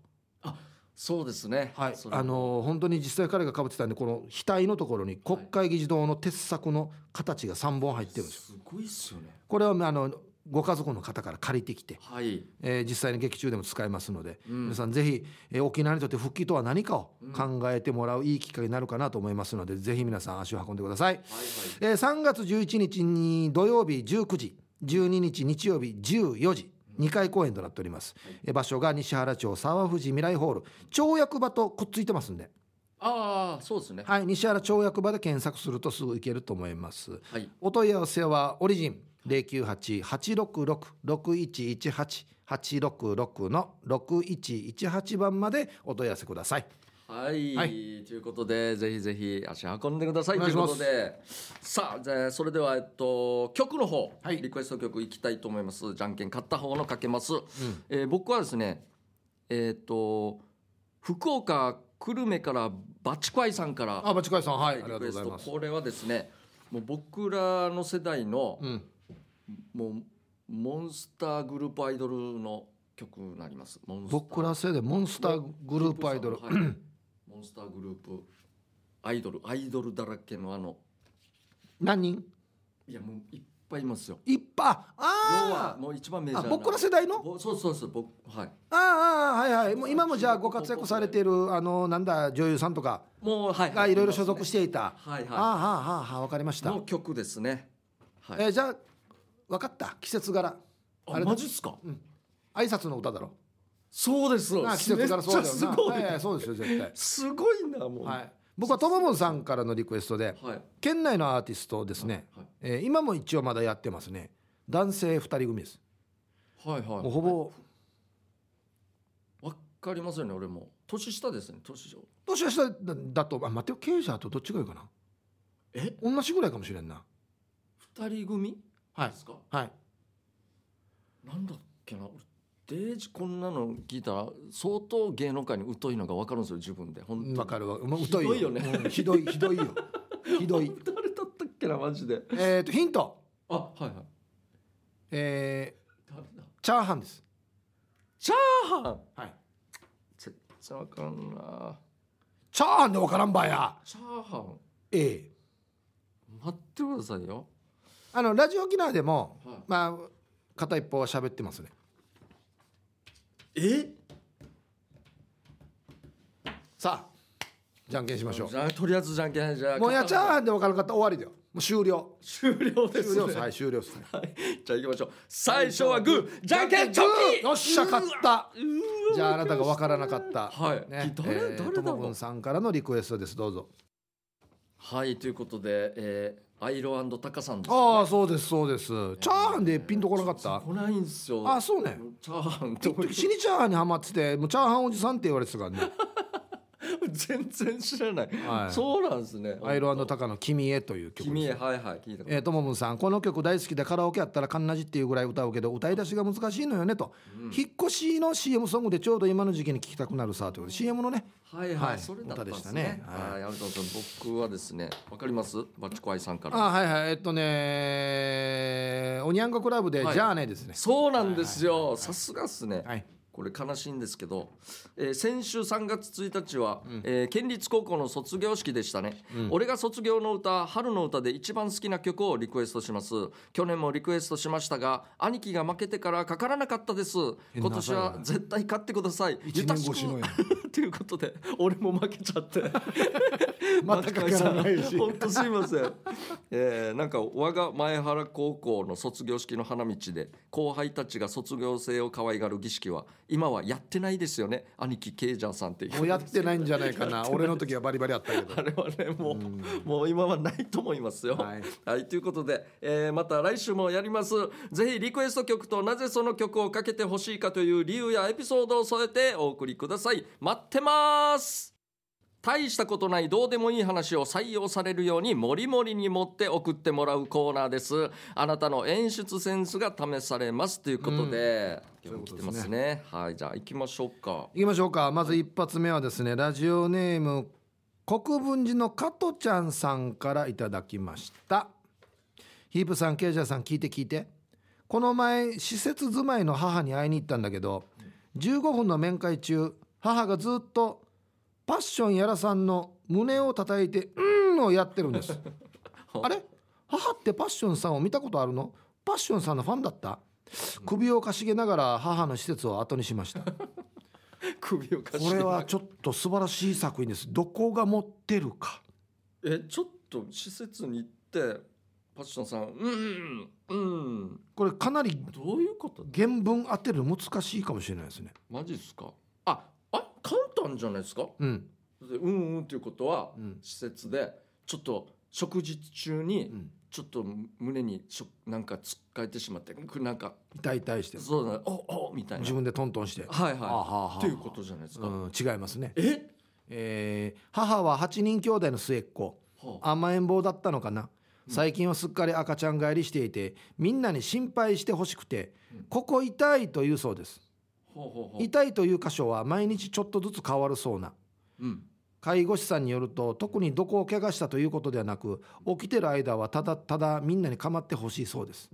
そうですね
はい
そ、れ
あのー本当に実際彼がかぶってたんでこの額のところに国会議事堂の鉄柵の形が3本入ってるんですよ。
すごいっすよね
これはまああのご家族の方から借りてきて、
はい
えー実際に劇中でも使えますので、
うん
皆さんぜひ、えー沖縄にとって復帰とは何かを考えてもらういいきっかけになるかなと思いますので、ぜひ皆さん足を運んでください。
はいはい
えー3月11日に土曜日19時12日日曜日14時2回公演となっております、えー場所が西原町沢富士未来ホール跳躍場とくっついてますんで、
ああそうですね
はい、西原跳躍場で検索するとすぐ行けると思います
はい
お問い合わせはオリジン098-866-6118 866の6118番までお問い合わせください。
はい、
は
ということでぜひぜひ足運んでください
お
と
願い
いう
し
こと
ます
でさあじゃあそれでは、えっと、曲の方、
はい
リクエスト曲いきたいと思いますじゃんけん勝った方のかけます、えー僕はですねえっと福岡久留米からバチクワイさんから
あ、バチカイさん、はい、
リ
ありがと
ク
う
エ
ござ
ス
い
ト
ます。
これはですねもう僕らの世代の、
うん、
もうモンスターグループアイドルの曲になりますモンスター
僕ら世代モンスターグループアイドル、
はいモンスターグループアイドルアイドルだらけのあの
何人？
いやもういっぱいいますよ
いっぱいあ
要は
あー
もう一番メジャーな
あ僕ら世代の
ぼそうそうそう僕はい
あーあーはいはいもう今もじゃあご活躍されているあのなんだ女優さんとか
もうはい
がいろいろ所属していた、
はい
あーは
は
あはあはあわかりまし
い
た、
の曲ですねはい
えーじゃあわかった季節柄あれだ
ジっすか
挨拶の歌だろ
そうです
あ季節柄そうだ
めっちゃ
よな
すご
はいはいいそうですよ絶対
すごいなもう
はい僕はとももんさんからのリクエストで
はい
県内のアーティストですね、
はい
えー今も一応まだやってますね男性2人組です
はいはい
もうほぼ
わかりますよね俺も年下ですね年上
年下だだとあ待ってよ経営者とどっちがいいかな
え
同じぐらいかもしれんな
二人組
はい
ですか
はい
なんだっけな俺デージこんなの聞いたら相当芸能界に疎いのが分かるんですよ自分で本
うん
当
わ
に
かるわ、もう
ひ
疎
ど
い
い
よ
よね
うんひどい ひどいよひどい
誰だったっけなマジで
えっとヒント
あはいはい
え
誰だ
ー、チャーハンです
チャーハン
はい
全然分からんな
チャーハンでわからんばや
チャーハン
ええ
待ってくださいよ
あのラジオ沖縄でも、
はい
まあ片一方は喋ってますね
え
さあじゃんけんしましょ
じゃあとりあえずじゃんけんじゃあ
うもうやチャー
ん
ハンでわからんかったら終わりだよもう終了
終了で
終
す
了
ね
ですはい終了ですね
はいじゃあ行きましょう最初はグーじゃんけんチョキ
よっしゃ勝った
うわ
じゃああなたがわからなかった
はい
ね
誰
え
誰
ー
だろう
ともぶんさんからのリクエストですどうぞ
はいということで、えー、アイロタカさんですね
ああそうですそうですチャーハンでピンとこなかった
来ないんすよ
あそうね
チャーハンと
死にチャーハンにハマっててもうチャーハンおじさんって言われてたからね
全然知らない、
はい
そうなんですね
アイロンタカの「君へ」という曲
君
です
へはいはい聞いたこと
えーともぶんさんこの曲大好きでカラオケやったらカンナジっていうぐらい歌うけど歌い出しが難しいのよねと、引っ越しの CM ソングでちょうど今の時期に聴きたくなるさということで CM のね
はいはい、
はい
それだったんで
歌でし
す
た
ね
ね。
は、
はい
ありがとうございます。僕はですね、わかります？バチコアイさんから。
あはいはいえっとねおにゃんこクラブで
はい
「じゃあね」ですね
そうなんですよ。さすがっすね。
はい
これ悲しいんですけど、えー先週3月1日は、えー県立高校の卒業式でしたね、俺が卒業の歌「春の歌」で一番好きな曲をリクエストします去年もリクエストしましたが兄貴が負けてからかからなかったです
変
今
な
年は絶対勝ってください
一年越しの
ゆ
や
たし くということで俺も負けちゃって
またかからない し
本当すいません。えー、なんか我が前原高校の卒業式の花道で後輩たちが卒業生を可愛がる儀式は今はやってないですよね兄貴ケイジャーさんってい
もう
う。
やってないんじゃないかな俺の時はバリバリあったけど
あれはねもう,、もう今はないと思いますよ。は
はいい、
ということで、えーまた来週もやります。ぜひリクエスト曲となぜその曲をかけてほしいかという理由やエピソードを添えてお送りください。待ってます大したことないどうでもいい話を採用されるようにモリモリに持って送ってもらうコーナーですあなたの演出センスが試されますということで、
うん
今日も来
そう
て
いうこ
ま
とですす
ねはいじゃあ行きましょうか
いきましょうかまず一発目はですねラジオネーム国分寺の加トちゃんさんからいただきましたヒープさんケイジャーさん聞いて聞いてこの前施設住まいの母に会いに行ったんだけど15分の面会中母がずっとパッションやらさんの胸を叩いて「うーん」をやってるんですあれ母ってパッションさんを見たことあるのパッションさんのファンだった首をかしげながら母の施設を後にしました
首をかし
こ
げ
れ
なが
は
ら
ちょっと素晴らしい作品ですどこが持ってるか
えちょっと施設に行ってパッションさんうんうん
これかなり
どういうこと
原文当てるの難しいかもしれないですね
マジですかああ簡単じゃないですか
うん
でうんうんということは、
うん
施設でちょっと食事中に、
うん
ちょっと胸にしょなんかつっかえてしまってくなんか
痛い痛いして
そうだねおおみたいな
自分でトントンして
はい
あは
は
あはいあ
っていうことじゃないですか、
うん違いますね
え
えー母は8人兄弟の末っ子
はあ
甘えん坊だったのかな最近はすっかり赤ちゃん帰りしていてみんなに心配してほしくて
うん
ここ痛いというそうです
ほうほうほう
痛いという箇所は毎日ちょっとずつ変わるそうな
うん
介護士さんによると特にどこを怪我したということではなく起きてる間はただただみんなに構ってほしいそ うです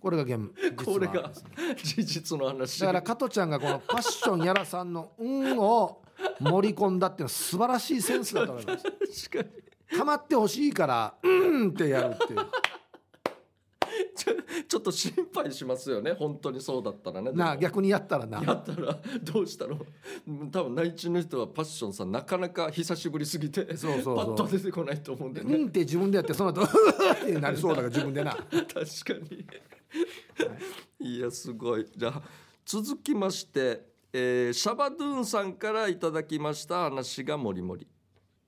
これが現
これ
実は
が事実の話
だから加トちゃんがこのパッションやらさんの「運を盛り込んだっていうのは素晴らしいセンスだと思 います
確かに
構ってほしいから「うん」ってやるっていう
ちょちょっと心配しますよね本当にそうだったらねでも
なあ逆にやったら
や
な
ったらどうしたのうん多分内地の人はパッションさんなかなか久しぶりすぎて
そうそう
パッと出てこないと思うん
「
で
う
ね
ん」って自分でやってその後ってなりそうだから自分でな
確かにいやすごいじゃあ続きまして、えーシャバドゥーンさんからいただきました話がもりもり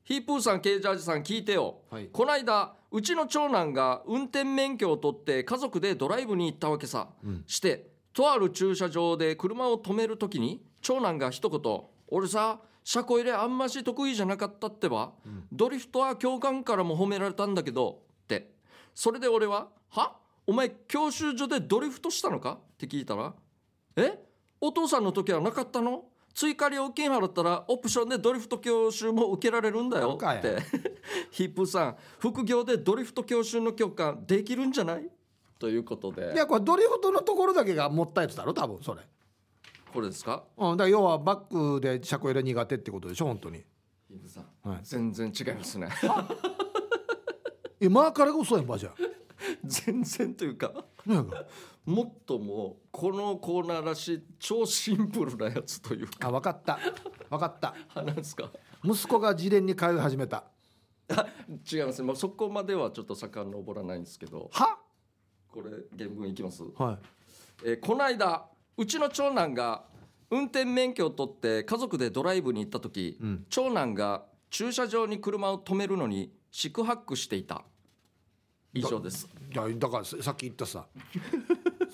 ヒープーさんケイジャージさん聞いてよ、
はい
こないだうちの長男が運転免許を取って家族でドライブに行ったわけさ、
うん
してとある駐車場で車を止めるときに長男が一言「俺さ車庫入れあんまし得意じゃなかったってば、ドリフトは教官からも褒められたんだけど」ってそれで俺は「はお前教習所でドリフトしたのか?」って聞いたら「えお父さんの時はなかったの追加料金払ったらオプションでドリフト教習も受けられるんだよ」っ
バカや
て ヒップーさん副業でドリフト教習の教官できるんじゃないということで
いやこれドリフトのところだけがもったいつだろ多分それ、
これですか
うん、だから要はバックで車庫入れ苦手ってことでしょ本当に
ヒップーさん
はい
全然違いますね
えマーカラが嘘やんばじゃあ
全然というか
なんか
もっともうこのコーナーらしい超シンプルなやつと いう
あ分かった分かった
かなんですか
息子が自伝に通い始めた
あ違いますね、まあ、そこまではちょっと遡らないんですけど
は
これ原文いきます
は
えーこの間うちの長男が運転免許を取って家族でドライブに行った時、
うん
長男が駐車場に車を止めるのに四苦八苦していた以上です
いじゃあだからささっき言ったさ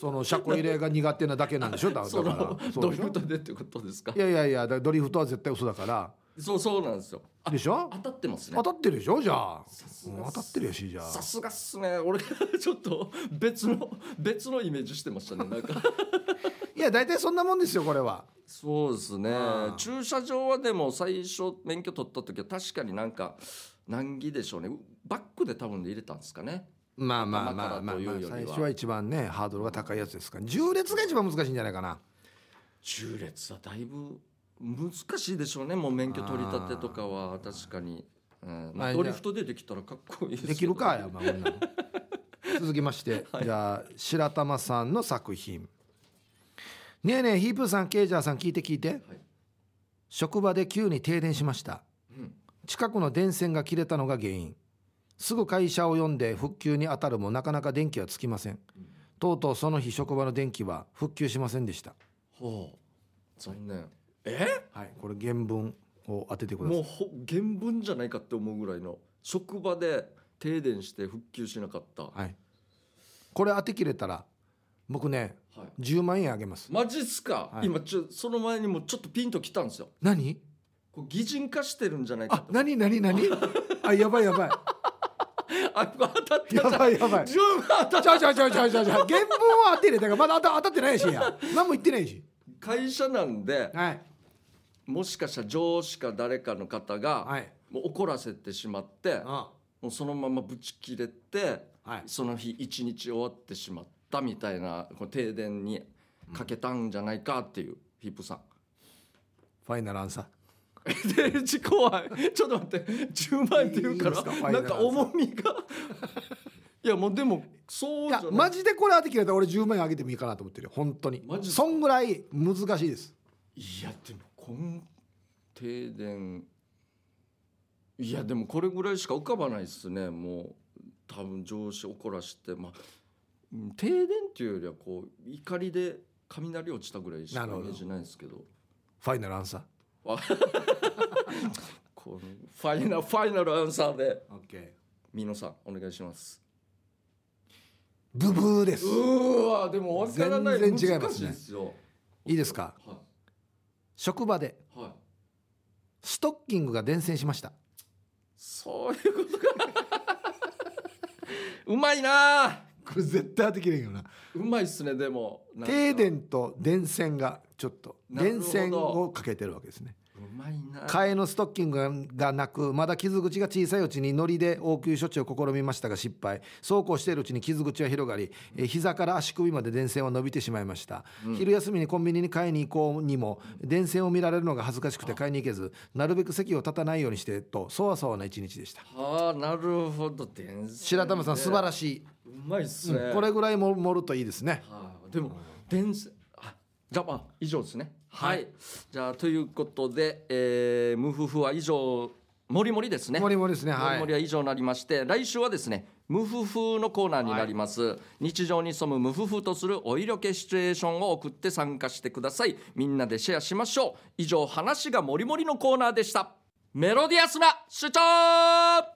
その車庫入れが苦手なだけなんでしょだだ
そ
から
の
そ
ド
うで
リ
しょ
フトでってことですか
いやいやいやだからドリフトは絶対嘘だから
そうそうなんですよあ
でしょ
当たってますね
当たってるでしょじゃあ
す
う
が
ん当たってるやしじゃあ
さすがっすね俺ちょっと別の別のイメージしてましたねなんか
いや大体そんなもんですよこれは
そうですね
ああ
駐車場はでも最初免許取った時は確かになんか難儀でしょうねバックで多分入れたんですかね
まあまあまあ
頭から
まあ、
という
まあ
よりは
最初は一番ねハードルが高いやつですから重列が一番難しいんじゃないかな
中列はだいぶ難しいでしょうねもう免許取り立てとかは確かに、うんま
は
あ、
い
ドリフトでできたらかっこいいですけど
できるかやまあこんなの続きま して、じゃあ白玉さんの作品ねえねえヒープーさんケイジャーさん聞いて聞いて、職場で急に停電しました
うん
近くの電線が切れたのが原因すぐ会社を呼んで復旧に当たるもなかなか電気はつきませんとうとうその日職場の電気は復旧しませんでした
ほう残念え
はいこれ原文を当ててくださ
も
いう
ほ原文じゃないかって思うぐらいの職場で停電して復旧しなかった、は
はいこれ当て切れたら僕ね
い、
10万円あげます
マジっすか、
はい
今ちょその前にもちょっとピンときたんですよ
何
こう擬人化してるんじゃないか
あ
と
何何何あやばいやばい
あ当たったじゃ
や
ん
ばいやばいち
自分が当た
ゃ
っ
うちゃうちゃうちゃうちゃうちゃう原文は当てれたからまだ当た当たってないしや何も言ってないし
会社なんで
はい
もしかしたら上司か誰かの方が、
はい
もう怒らせてしまって
あ
もうそのままぶち切れて、
はい
その日一日終わってしまったみたいなこう停電にかけたんじゃないかっていう、ヒップさん。
ファイナルアンサー
でち怖いちょっと待って10万円って言うか
いいんですから
なんか重み がいやもうでもそう
い
じゃ
や
ない
マジでこれ当て切れたら俺10万円あげてもいいかなと思ってるよ本当に
マジっすか
そんぐらい難しいです
いやでもこん停電いやでもこれぐらいしか浮かばないっすねもう多分上司怒らしてまあうん停電っていうよりはこう怒りで雷落ちたぐらいしかイ
なる
メ
ほど
ージないんですけど
ファイナルアンサー
このファイナルファイナルアンサーで
オッケー
美濃さんお願いします
ブブーです
うーわでも分からない
全然違いますね
難しですよ
いいですか
は
職場で
いはい
ストッキングが伝染しました
そういうことか うまいなあ
これ絶対当て切れんよな
うまいっすねでもなんか
停電と電線がちょっと
なるほ
電
ど
線をかけてるわけですね
うまいな
替えのストッキングがなくまだ傷口が小さいうちにノリで応急処置を試みましたが失敗そうこうしているうちに傷口は広がりえー膝から足首まで電線は伸びてしまいました、昼休みにコンビニに買いに行こうにも電線を見られるのが恥ずかしくて買いに行けずなるべく席を立たないようにしてとそわそわな一日でした
ああなるほど伝説
白玉さん素晴らしい、
うまいっすね、
こ
は
れぐらいも盛るといいですね
あでも伝説あじゃあまあ以上ですねはい、じゃあということで、えー、ムフフは以上もりもりですね
盛り盛りですね
も
は
りもり
い
は以上になりまして来週はですね無夫婦のコーナーになります、日常に潜む無夫婦とするお色気シチュエーションを送って参加してくださいみんなでシェアしましょう以上話がもりもりのコーナーでしたメロディアスな主張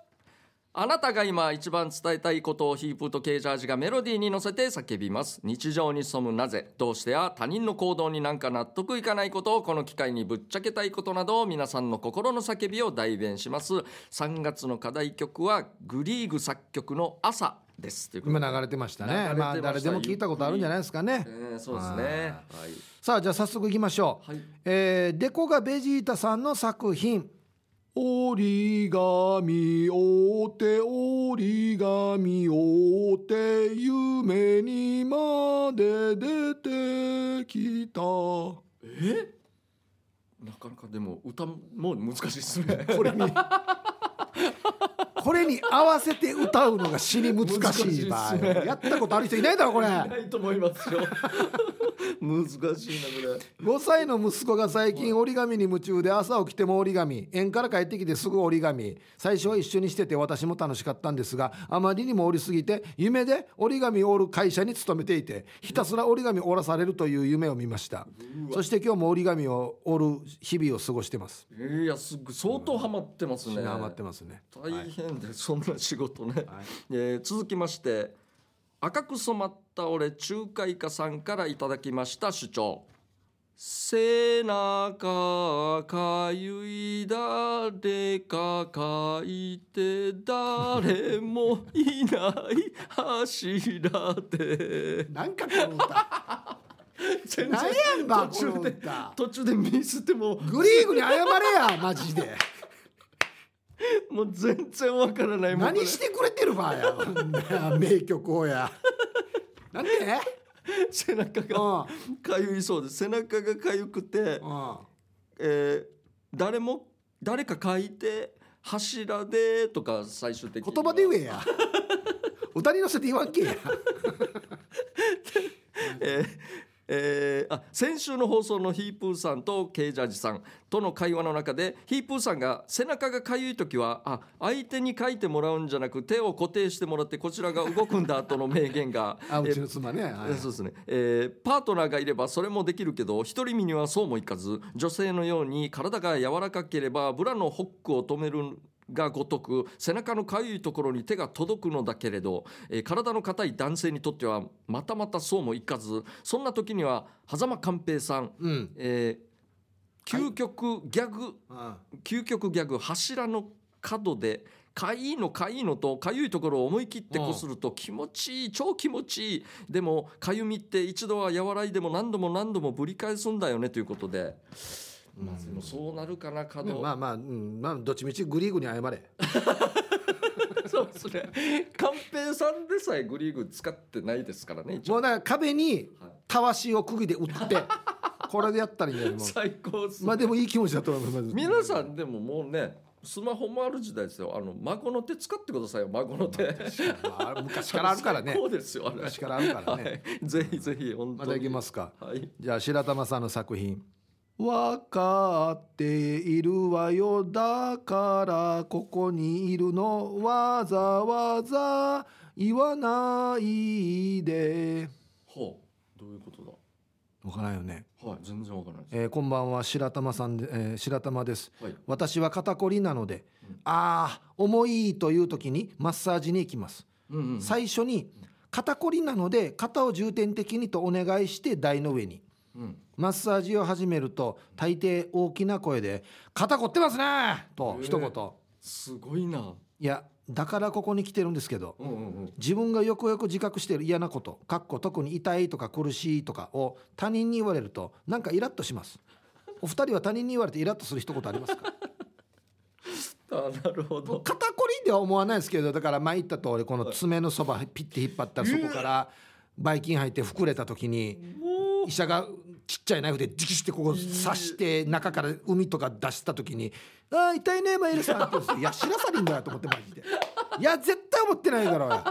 あなたが今一番伝えたいことをヒープとケージャージがメロディーに乗せて叫びます日常に潜むなぜどうしてや他人の行動になんか納得いかないことをこの機会にぶっちゃけたいことなど皆さんの心の叫びを代弁します3月の課題曲はグリーグ作曲の朝ですということ
今
で、
流れてましたね
流れてました
まあ誰でも聞いたことあるんじゃないですかね
えーそうですね
さあじゃあ早速いきましょう、
はい
えーデコがベジータさんの作品「折り紙折って折り紙折って夢にまで出てきた」こ
はいなかなかでも歌も難しいです ね
れにこれに合わせて歌うのが死 に難しい場合、
難しいっすね
やったことある人いないだろこれ
ないと思いますよ 難しいなこれ
5歳の息子が最近折り紙に夢中で朝起きても折り紙園から帰ってきてすぐ折り紙最初は一緒にしてて私も楽しかったんですがあまりにも折りすぎて夢で折り紙を折る会社に勤めていてひたすら折り紙折らされるという夢を見ましたそして今日も折り紙を折る日々を過ごしてます
いやすっごい相当ハマってますね。
なまってますね
大変で、そんな仕事ね、えー続きまして赤く染まった俺仲介家さんからいただきました主張背中かゆい誰か書いて誰もいない柱で
なんかこの 歌
全
なんやんばこの
途中で
歌
途中でミスっても
グリーグに謝れやマジ で
もう全然わからないもうこれ
何してくれてるばやほんなら名曲をやなんで
背中
う
がかゆいそうです背中がかゆくて、
んうん
えー誰も誰か書いて柱でとか最終的に
言葉で言 えや歌に乗せて言わんけや
えーえーあ先週の放送のヒープーさんとケイジャージさんとの会話の中でヒープーさんが背中がかゆい時はあ相手に書いてもらうんじゃなく手を固定してもらってこちらが動くんだとの名言が
あう
えー
ちの妻ね、はい
そうですね、えーパートナーがいればそれもできるけど独り身にはそうもいかず女性のように体が柔らかければブラのホックを止めるがごとく背中のかゆいところに手が届くのだけれど、えー体の硬い男性にとってはまたまたそうもいかずそんな時には狭間寛平さん、
うん
えー究極ギャグ、
うん
究極ギャグ柱の角でかいのかいのとかゆいところを思い切ってこすると気持ちいい超気持ちいいでもかゆみって一度は和らいでも何度も何度もぶり返すんだよねということで、まあ、でもそうなるかな角、
まあまあ、うん、まあどっちみちグリーグ に謝れ
そうですね寛平さんでさえグリーグ使ってないですからね一応
もうだから壁に
はい
たわしを釘で打 ってこれでやったらいいんだよもう
最高っす、
まあでもいい気持ちだと思います
皆さんでももうねスマホもある時代ですよあの孫の手使ってくださいよ孫の手
まあ昔からあるか ら ね
こうですよあれ
昔からあるから
は
ね、
い、ぜひぜひ本
ま
当
たい
に
きますか
はい
じゃあ白玉さんの作品「わかっているわよだからここにいるのわざわざ言わないで
はあ、どういうことだ」
わからんよね、
はい全然わからないです
えーこんばんは白玉さんで、えー白玉です
はい
私は肩こりなので、
うん
ああ重いという時にマッサージに行きます、
うんうん
最初に肩こりなので肩を重点的にとお願いして台の上に
うん
マッサージを始めると大抵大きな声で「肩凝ってますね!」と
ええ
一言、
すごいな。
いやだからここに来てるんですけど
うんうんうん。
自分がよくよく自覚している嫌なことかっこ特に痛いとか苦しいとかを他人に言われるとなんかイラッとしますお二人は他人に言われてイラッとする一言ありますか
あ、なるほど。
肩こりでは思わないですけどだから前言った通りこの爪のそばピッて引っ張ったらそこからばい菌入って膨れた時に医者がちっちゃいナイフで直してここ刺して中から海とか出した時に「あー痛いねマイルさん」って言うんですよいや知らされんだよと思ってマジで「いや絶対思ってないだろうよ」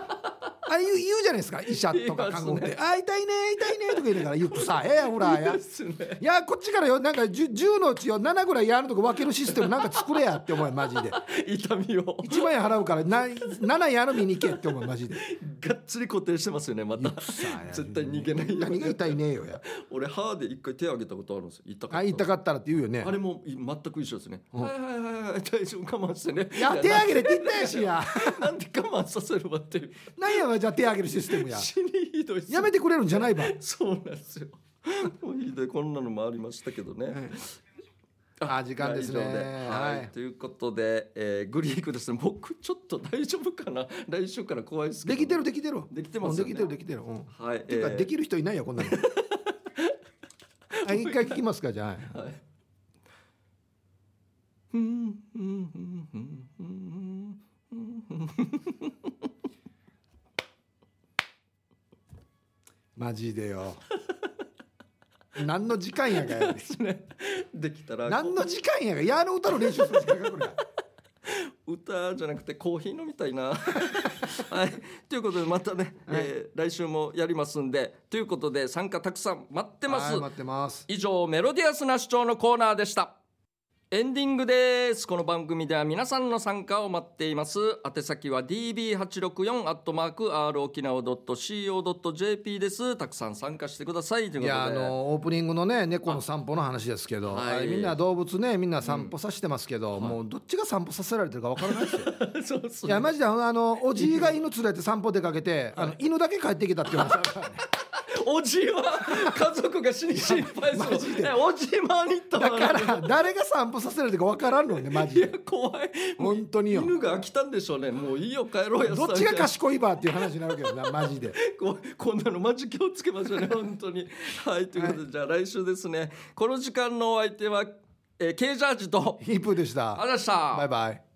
あれ言う言うじゃないですか医者とか看護婦
言
で「あー痛いね痛いね」とか言いながら言うとさ「ええやほらや」
すね。
いやこっちからよなんか 10, 10のうちよ7ぐらいやるとか分けるシステムなんか作れやって思いマジで
痛みを
1万円払うからな7やる見に行けって思う マジで
がっつり固定してますよね。また絶対逃げないよ
何が
ね。
痛いねえよや
俺歯で一回手挙げたことあるんですよ。痛かった。
あ痛かったらって言うよね
あれもい全く一緒ですね。はいはいはいはい大丈夫我慢してね。
いや手上げれって言ったやしや
ななんで我慢させるわっていう。
何やわじゃあ手上げるシステムや
死にひどいっすね
やめてくれるんじゃないば
そうなんですよ。もうひどいこんなのもありましたけどね。
あ時間ですね
以上はい、
はい
ということで、えーグリークですね僕ちょっと大丈夫かな来週から怖いですけ
で
ど
きてるできてる
できてますよね
うんできてるできてるうん
はい
ていうか
えー
できる人いないよこんなのあ一回聞きますかじゃあ
はいふんふんふんふんふんふんふん
マジでよ何の時間やがや
ですねできたら
何の時間やがやの歌の練習する時間がこれ
歌じゃなくてコーヒー飲みたいな。はい、ということでまたね、えー来週もやりますんでということで参加たくさん待ってます
はい。待ってます
以上メロディアスな主張のコーナーでしたエンディングですこの番組では皆さんの参加を待っています宛先は db864 アットマーク r 沖縄 .co.jp ですたくさん参加してくださいということで
いやあのオープニングのね猫の散歩の話ですけど、
はい
あれみんな動物ねみんな散歩させてますけど、もうどっちが散歩させられてるかわからないですよ
そうそ
いうや マジであのあのおじいが犬連れて散歩出かけてあの犬だけ帰ってきたっていう話あるからね
おじいは家族が死に心配するえおじいマーニット
だ
だ
から誰が散歩させるとか分からんのよねマ ジ
いや
で
怖い
本当によ
犬が飽きたんでしょうねもういいよ帰ろうや
どっちが賢いばっていう話になるけどなマジで
ここんなのマジ気をつけましょ うね本当にはいということで、じゃあ来週ですねこの時間のお相手は、えー、K ジャージと
ヒープーでし
ありがとうござ
た
いました
バイバイ